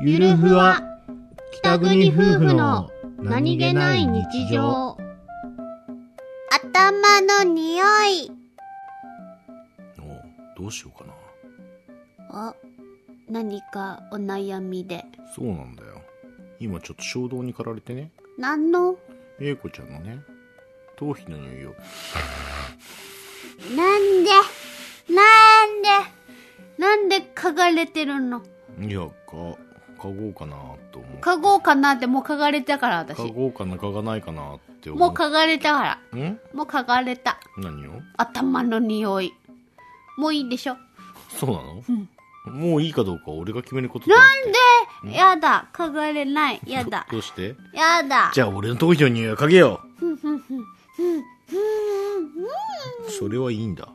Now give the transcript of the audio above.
ゆるふわ北国夫婦の頭の匂い。おどうしようかなあ、何かお悩みで。そうなんだよ今ちょっと衝動に駆られてね何の A 子ちゃんのね頭皮の匂いをなんでなんでなんで嗅がれてるのいやか嗅ごうかなと思う嗅ごうかなってもう嗅がれたから私。嗅ごうかな嗅がないかなって思もう嗅がれたから。ううんもう嗅がれた。何を頭の匂い。もういいでしょそうなのうん。もういいかどうかは俺が決めることなんでうん。やだ。嗅がれない。やだどうしてやだ。じゃあ俺の頭皮の匂いは嗅げよふんふんふんふんふんふんそれはいいんだ